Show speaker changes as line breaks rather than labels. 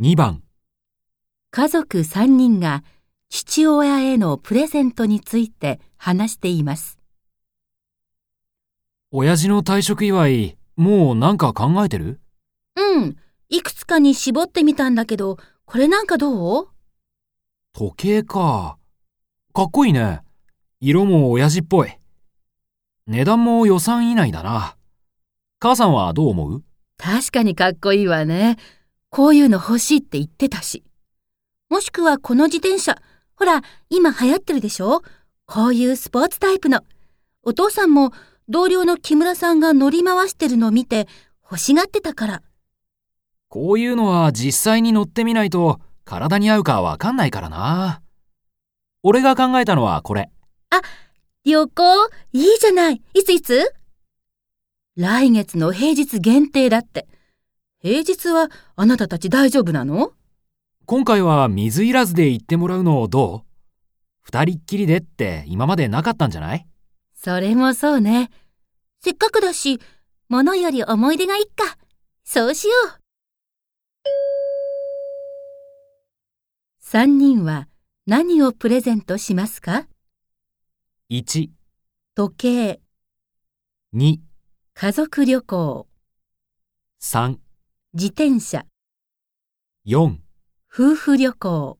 2番、
家族3人が父親へのプレゼントについて話しています。
親父の退職祝い、もうなんか考えてる
うん、いくつかに絞ってみたんだけど、これなんかどう
時計か。かっこいいね。色も親父っぽい。値段も予算以内だな。母さんはどう思う
確かにかっこいいわね。こういうの欲しいって言ってたし。もしくはこの自転車。ほら、今流行ってるでしょこういうスポーツタイプの。お父さんも同僚の木村さんが乗り回してるのを見て欲しがってたから。
こういうのは実際に乗ってみないと体に合うかわかんないからな。俺が考えたのはこれ。
旅行いいじゃない。いついつ来月の平日限定だって。平日はあなたたち大丈夫なの
今回は水いらずで行ってもらうのどう二人っきりでって今までなかったんじゃない
それもそうね。せっかくだし、物より思い出がいっか。そうしよう。三人は何をプレゼントしますか
?1、
時計、
2、
家族旅行、
3、
自転車、
4
夫婦旅行。